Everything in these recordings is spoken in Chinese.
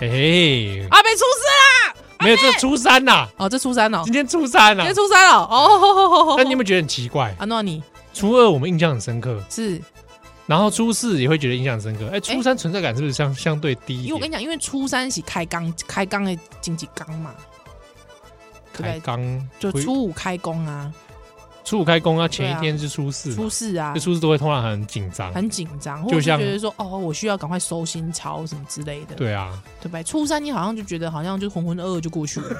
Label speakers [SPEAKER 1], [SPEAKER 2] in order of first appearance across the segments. [SPEAKER 1] 嘿嘿，
[SPEAKER 2] 阿啊北出事啦！
[SPEAKER 1] 哎没有，这初三呐，
[SPEAKER 2] 哦，这初三啊哦，
[SPEAKER 1] 今天初三
[SPEAKER 2] 今
[SPEAKER 1] 呐
[SPEAKER 2] 天。初三了哦。
[SPEAKER 1] 但你有没有觉得很奇怪？
[SPEAKER 2] 啊阿诺你
[SPEAKER 1] 初二我们印象很深刻，
[SPEAKER 2] 是
[SPEAKER 1] 然后初四也会觉得印象深刻。哎，初三存在感是不是相相对低一
[SPEAKER 2] 因为我跟
[SPEAKER 1] 点？
[SPEAKER 2] 你讲，因为初三是开刚开刚的经济刚嘛，对不
[SPEAKER 1] 开
[SPEAKER 2] 对？
[SPEAKER 1] 刚
[SPEAKER 2] 就
[SPEAKER 1] 回
[SPEAKER 2] 初五开工啊，
[SPEAKER 1] 初五开工啊，前
[SPEAKER 2] 对
[SPEAKER 1] 一
[SPEAKER 2] 啊
[SPEAKER 1] 天是初四嘛，
[SPEAKER 2] 初四啊
[SPEAKER 1] 这，初四都会通常很紧张。
[SPEAKER 2] 很紧张，或
[SPEAKER 1] 就
[SPEAKER 2] 者是
[SPEAKER 1] 像
[SPEAKER 2] 觉得说哦，我需要赶快收心操什么之类的，
[SPEAKER 1] 对啊，
[SPEAKER 2] 对吧？初三你好像就觉得好像就浑浑噩噩就过去 了，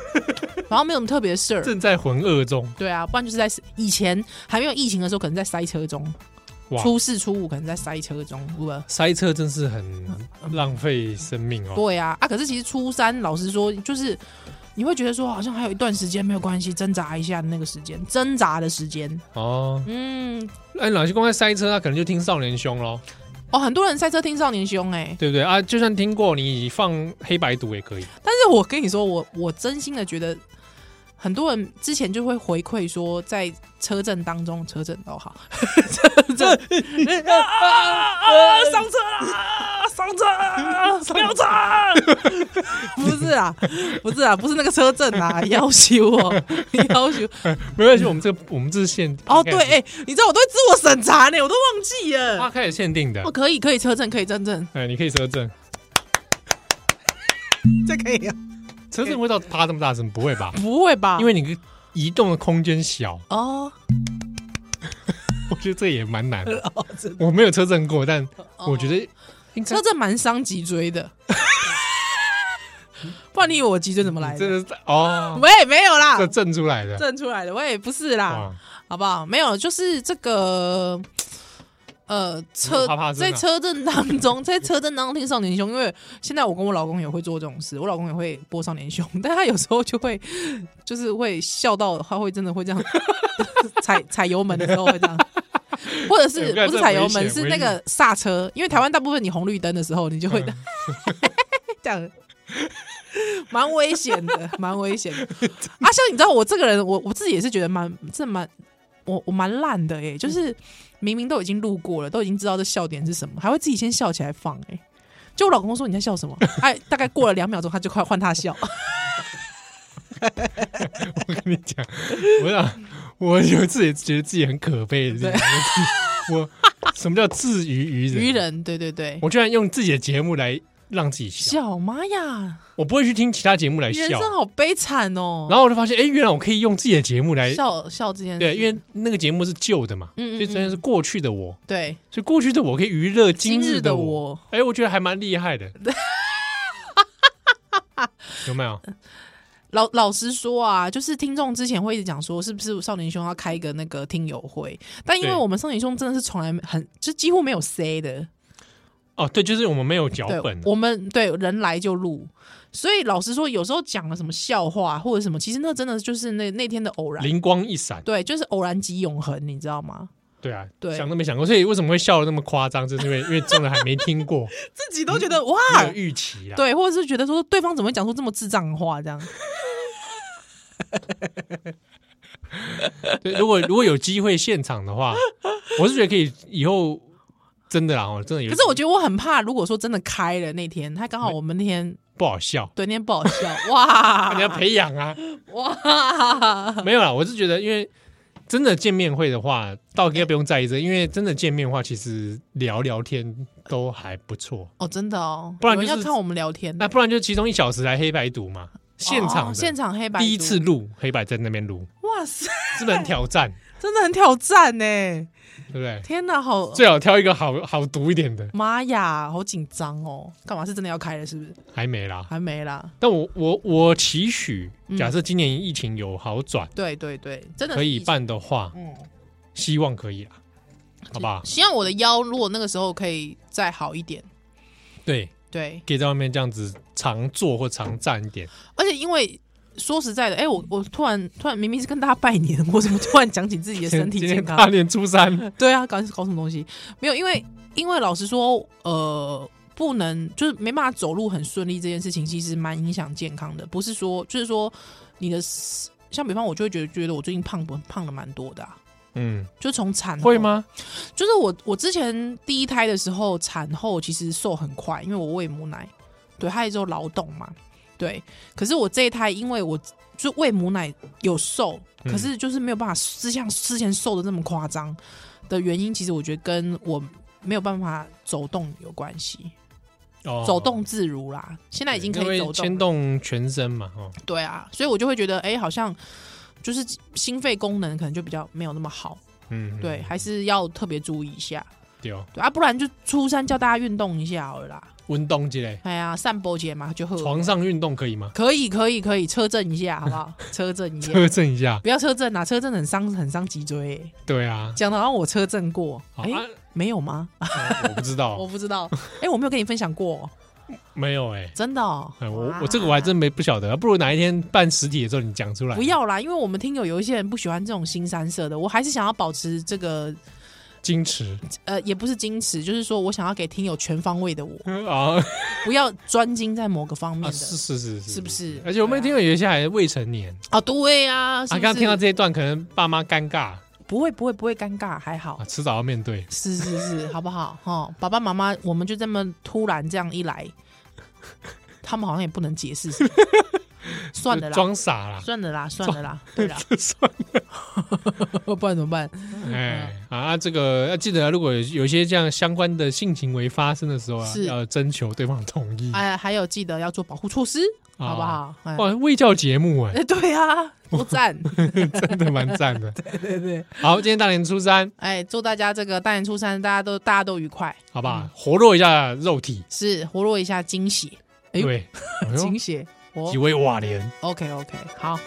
[SPEAKER 2] 好像没有什么特别的事儿。
[SPEAKER 1] 正在浑噩中，
[SPEAKER 2] 对啊，不然就是在以前还没有疫情的时候，可能在塞车中
[SPEAKER 1] 哇，
[SPEAKER 2] 初四初五可能在塞车中，对吧？
[SPEAKER 1] 塞车真是
[SPEAKER 2] 嗯
[SPEAKER 1] 很浪费生命哦。
[SPEAKER 2] 对啊，啊，可是其实初三，老实说，就是你会觉得说，好像还有一段时间没有关系，挣扎一下的那个时间，挣扎的时间，
[SPEAKER 1] 哦，
[SPEAKER 2] 嗯，
[SPEAKER 1] 哎，老师公在塞车，他可能就听少年凶咯，
[SPEAKER 2] 哦，很多人赛车听少年凶哎、
[SPEAKER 1] 对不对啊？就算听过，你放黑白读也可以。
[SPEAKER 2] 但是我跟你说，我我真心的觉得，很多人之前就会回馈说，在车震当中，车震都好， 车震啊啊啊上车啦，上车啦，不要车，不是啊，不是啊，不是那个车震啊，要求哦， 要求
[SPEAKER 1] 没关系，我们这个我们这是限
[SPEAKER 2] 哦，对，哎、你知道我都会自我审查呢，我都忘记了
[SPEAKER 1] 他。开始限定的
[SPEAKER 2] 哦，，可以，可以车震，可以车震，
[SPEAKER 1] 哎，你可以车震，
[SPEAKER 2] 这可以啊？
[SPEAKER 1] 车震会到啪这么大声，不会吧？
[SPEAKER 2] 不会吧？
[SPEAKER 1] 因为你移动的空间小，
[SPEAKER 2] 哦，
[SPEAKER 1] 我觉得这也蛮难的。
[SPEAKER 2] 哦真的
[SPEAKER 1] 我没有车震过，但我觉得应该
[SPEAKER 2] 车震蛮伤脊椎 的，不然你以为我脊椎怎么来
[SPEAKER 1] 真
[SPEAKER 2] 的？
[SPEAKER 1] 的是哦，
[SPEAKER 2] 喂，没有啦
[SPEAKER 1] 这，震出来的。
[SPEAKER 2] 震出来的，喂，不是啦，
[SPEAKER 1] 哇，
[SPEAKER 2] 好不好？没有，就是这个。呃，车
[SPEAKER 1] 怕怕声啊
[SPEAKER 2] 在车震当中， 在车震当中听少年凶，因为现在我跟我老公也会做这种事，我老公也会播少年凶，但他有时候就会就是会笑到，他会真的会这样 踩踩油门的时候会这样，或者
[SPEAKER 1] 哎
[SPEAKER 2] 是
[SPEAKER 1] 我看
[SPEAKER 2] 不是
[SPEAKER 1] 这
[SPEAKER 2] 踩油
[SPEAKER 1] 危险
[SPEAKER 2] 门，是
[SPEAKER 1] 危
[SPEAKER 2] 那
[SPEAKER 1] 险嗯
[SPEAKER 2] 个刹车，因为台湾大部分你红绿灯的时候，你就会 这样。蛮危险的，蛮危险的啊！像你知道我这个人，我我自己也是觉得蛮，这蛮我我蛮烂的耶、欸就是明明都已经路过了，都已经知道这笑点是什么，还会自己先笑起来放哎、就我老公说你在笑什么？哎，大概过了两秒钟，他就快换 他笑。
[SPEAKER 1] 我跟你讲，我想我有自己觉得自己很可悲的地方，我什么叫自娱于人？
[SPEAKER 2] 愚，人，对对对，
[SPEAKER 1] 我居然用自己的节目来让自己笑，
[SPEAKER 2] 小妈呀，
[SPEAKER 1] 我不会去听其他节目来
[SPEAKER 2] 人
[SPEAKER 1] 笑。
[SPEAKER 2] 生好悲惨哦。
[SPEAKER 1] 然后我就发现，哎，原来我可以用自己的节目来，
[SPEAKER 2] 笑笑这件事，
[SPEAKER 1] 对，因为那个节目是旧的嘛，
[SPEAKER 2] 嗯嗯
[SPEAKER 1] 所以真的是过去的我，
[SPEAKER 2] 对
[SPEAKER 1] 所以过去的我可以娱乐今
[SPEAKER 2] 今
[SPEAKER 1] 日
[SPEAKER 2] 日
[SPEAKER 1] 的
[SPEAKER 2] 的
[SPEAKER 1] 我。
[SPEAKER 2] 我，
[SPEAKER 1] 哎，我觉得还蛮厉 害的，有没有？
[SPEAKER 2] 老老实说啊，就是听众之前会一直讲说，是不是少年兄要开一个那个听友会？但因为
[SPEAKER 1] 对
[SPEAKER 2] 我们少年兄真的是从来很就几乎没有 say 的，
[SPEAKER 1] 哦，对，就是我们没有脚
[SPEAKER 2] 对
[SPEAKER 1] 本，，啊
[SPEAKER 2] 我们对人来就录，所以老实说，有时候讲了什么笑话或者什么，其实那真的就是那那天的偶然，
[SPEAKER 1] 灵光一闪。
[SPEAKER 2] 对，就是偶然即永恒，你知道吗？
[SPEAKER 1] 对啊，
[SPEAKER 2] 对
[SPEAKER 1] 想都没想过，所以为什么会笑的那么夸张，就是因为 因为真的还没听 过，
[SPEAKER 2] 自己都觉得哇，
[SPEAKER 1] 没有预期啦。，
[SPEAKER 2] 对，或者是觉得说对方怎么会讲出这么智障的话这样。
[SPEAKER 1] 对如果如果有机会现场的话，我是觉得可以以后真的啦，哦，真的有。
[SPEAKER 2] 可是我觉得我很怕，如果说真的开了那天，他刚好我们那天
[SPEAKER 1] 不好笑，
[SPEAKER 2] 对那天不好笑，哇，
[SPEAKER 1] 你要培养 啊，
[SPEAKER 2] 哇，
[SPEAKER 1] 没有啦，我是觉得因为。真的见面会的话，倒应该不用在意这，因为真的见面的话，其实聊聊天都还不错。
[SPEAKER 2] 哦，真的哦，
[SPEAKER 1] 不然
[SPEAKER 2] 有人
[SPEAKER 1] 就是
[SPEAKER 2] 要看我们聊天，
[SPEAKER 1] 那不然就其中一小时来黑白读嘛，现场的、
[SPEAKER 2] 哦现场黑白
[SPEAKER 1] 第一
[SPEAKER 2] 读
[SPEAKER 1] 次，录黑白在那边录，
[SPEAKER 2] 哇塞，
[SPEAKER 1] 是不是很挑战？
[SPEAKER 2] 真的很挑战呢！
[SPEAKER 1] 对不对？
[SPEAKER 2] 天哪，好
[SPEAKER 1] 最好挑一个好好读一点的，
[SPEAKER 2] 妈呀，好紧张哦！干嘛是真的要开了？是不是？
[SPEAKER 1] 还没啦。
[SPEAKER 2] 还没啦。
[SPEAKER 1] 但我我我期许，
[SPEAKER 2] 嗯
[SPEAKER 1] 假设今年疫情有好转，
[SPEAKER 2] 对对对，真的是
[SPEAKER 1] 可以
[SPEAKER 2] 疫情。
[SPEAKER 1] 办的话，
[SPEAKER 2] 嗯，
[SPEAKER 1] 希望可以啦，好吧？
[SPEAKER 2] 希望我的腰如果那个时候可以再好一点。
[SPEAKER 1] 对，
[SPEAKER 2] 对，
[SPEAKER 1] 可以在外面这样子常坐或常站一点，
[SPEAKER 2] 而且因为说实在的，哎、我我突然突然明明是跟大家拜年，我怎么突然讲起自 己的 身体
[SPEAKER 1] 今
[SPEAKER 2] 健
[SPEAKER 1] 天
[SPEAKER 2] 康？
[SPEAKER 1] 大年初三，
[SPEAKER 2] 对啊，搞搞什么东西？没有，因为因为老实说，呃，不能就是没办法走路很顺利这件事情，其实蛮影响健康的。不是说就是说你的像比方，我就会觉得觉得我最近胖不胖了蛮多的、啊，
[SPEAKER 1] 嗯，
[SPEAKER 2] 就从产后
[SPEAKER 1] 会？吗？
[SPEAKER 2] 就是我我之前第一胎的时候产后其实瘦很快，因为我喂母奶，对，它也只有劳动嘛，对。可是我这一胎，因为我就喂母奶有瘦，
[SPEAKER 1] 嗯
[SPEAKER 2] 可是就是没有办法之像之前瘦的那么夸张的原因，其实我觉得跟我没有办法走动有关系，
[SPEAKER 1] 哦
[SPEAKER 2] 走动自如啦。现在已经可以
[SPEAKER 1] 因
[SPEAKER 2] 走
[SPEAKER 1] 为
[SPEAKER 2] 动
[SPEAKER 1] 牵
[SPEAKER 2] 了，
[SPEAKER 1] 动全身嘛，哦，
[SPEAKER 2] 对啊，所以我就会觉得，哎、好像就是心肺功能可能就比较没有那么好，
[SPEAKER 1] 嗯，
[SPEAKER 2] 对，还是要特别注意一下，
[SPEAKER 1] 对哦，
[SPEAKER 2] 对啊，不然就出山叫大家运动一下好了啦。
[SPEAKER 1] 运动之类，
[SPEAKER 2] 哎呀，散步节嘛，就喝
[SPEAKER 1] 床上运动可以吗？
[SPEAKER 2] 可以可以可以，车震一下好不好？ 车震一下，
[SPEAKER 1] 车震一下，
[SPEAKER 2] 不要车震啊，车震很伤很伤脊椎、欸。
[SPEAKER 1] 对啊，
[SPEAKER 2] 讲的好像我车震过，
[SPEAKER 1] 好
[SPEAKER 2] 哎、
[SPEAKER 1] 啊，哦
[SPEAKER 2] 没有吗？
[SPEAKER 1] 我不知道
[SPEAKER 2] 我，不知道，哎、我没有跟你分享过，
[SPEAKER 1] 没有哎，
[SPEAKER 2] 真的、哦。
[SPEAKER 1] 哎，我
[SPEAKER 2] 哇
[SPEAKER 1] 我这个我还真没不晓得，不如哪一天办实体的时候你讲出来。
[SPEAKER 2] 不，要啦，因为我们听友有一些人不喜欢这种新三色的，我还是想要保持这个
[SPEAKER 1] 矜持
[SPEAKER 2] 呃，也不是矜持，就是说我想要给听友全方位的我，
[SPEAKER 1] 啊
[SPEAKER 2] 不要专精在某个方面
[SPEAKER 1] 啊，
[SPEAKER 2] 的。
[SPEAKER 1] 是是是
[SPEAKER 2] 嗯是不是
[SPEAKER 1] 而且我们听到有一些还未成年，
[SPEAKER 2] 啊，对呀、啊，
[SPEAKER 1] 啊，
[SPEAKER 2] 是不
[SPEAKER 1] 刚刚听到
[SPEAKER 2] 是
[SPEAKER 1] 这一段，可能爸妈尴尬
[SPEAKER 2] 不会不会不会尴尬，还好
[SPEAKER 1] 啊，。迟早要面对。
[SPEAKER 2] 是是是，好不好？ 哦，爸爸妈妈，我们就这么突然这样一来， 他们好像也不能解释 什么，算了
[SPEAKER 1] 就
[SPEAKER 2] 啦，
[SPEAKER 1] 装傻啦，
[SPEAKER 2] 算了啦，算 了啦，对啦，
[SPEAKER 1] 算
[SPEAKER 2] 不然怎么办？嗯
[SPEAKER 1] 哎啊，这个要记得，如果有有一些这样相关的性行为发生的时候啊，
[SPEAKER 2] 是
[SPEAKER 1] 要征求对方同意，啊
[SPEAKER 2] 哎，还有记得要做保护措施，好不？好？哎，
[SPEAKER 1] 哇，卫教节目哎，
[SPEAKER 2] 哎对啊，多赞！
[SPEAKER 1] 真的蛮赞的。
[SPEAKER 2] 对对对，
[SPEAKER 1] 好，今天大年初三，
[SPEAKER 2] 哎，祝大家这个大年初三，大家都大家都愉快，
[SPEAKER 1] 好不好？活络一下肉体，
[SPEAKER 2] 是活络一下精血，哎呦
[SPEAKER 1] 对，哎呦
[SPEAKER 2] 精血，哦
[SPEAKER 1] 几位瓦莲。
[SPEAKER 2] ，OK OK，好，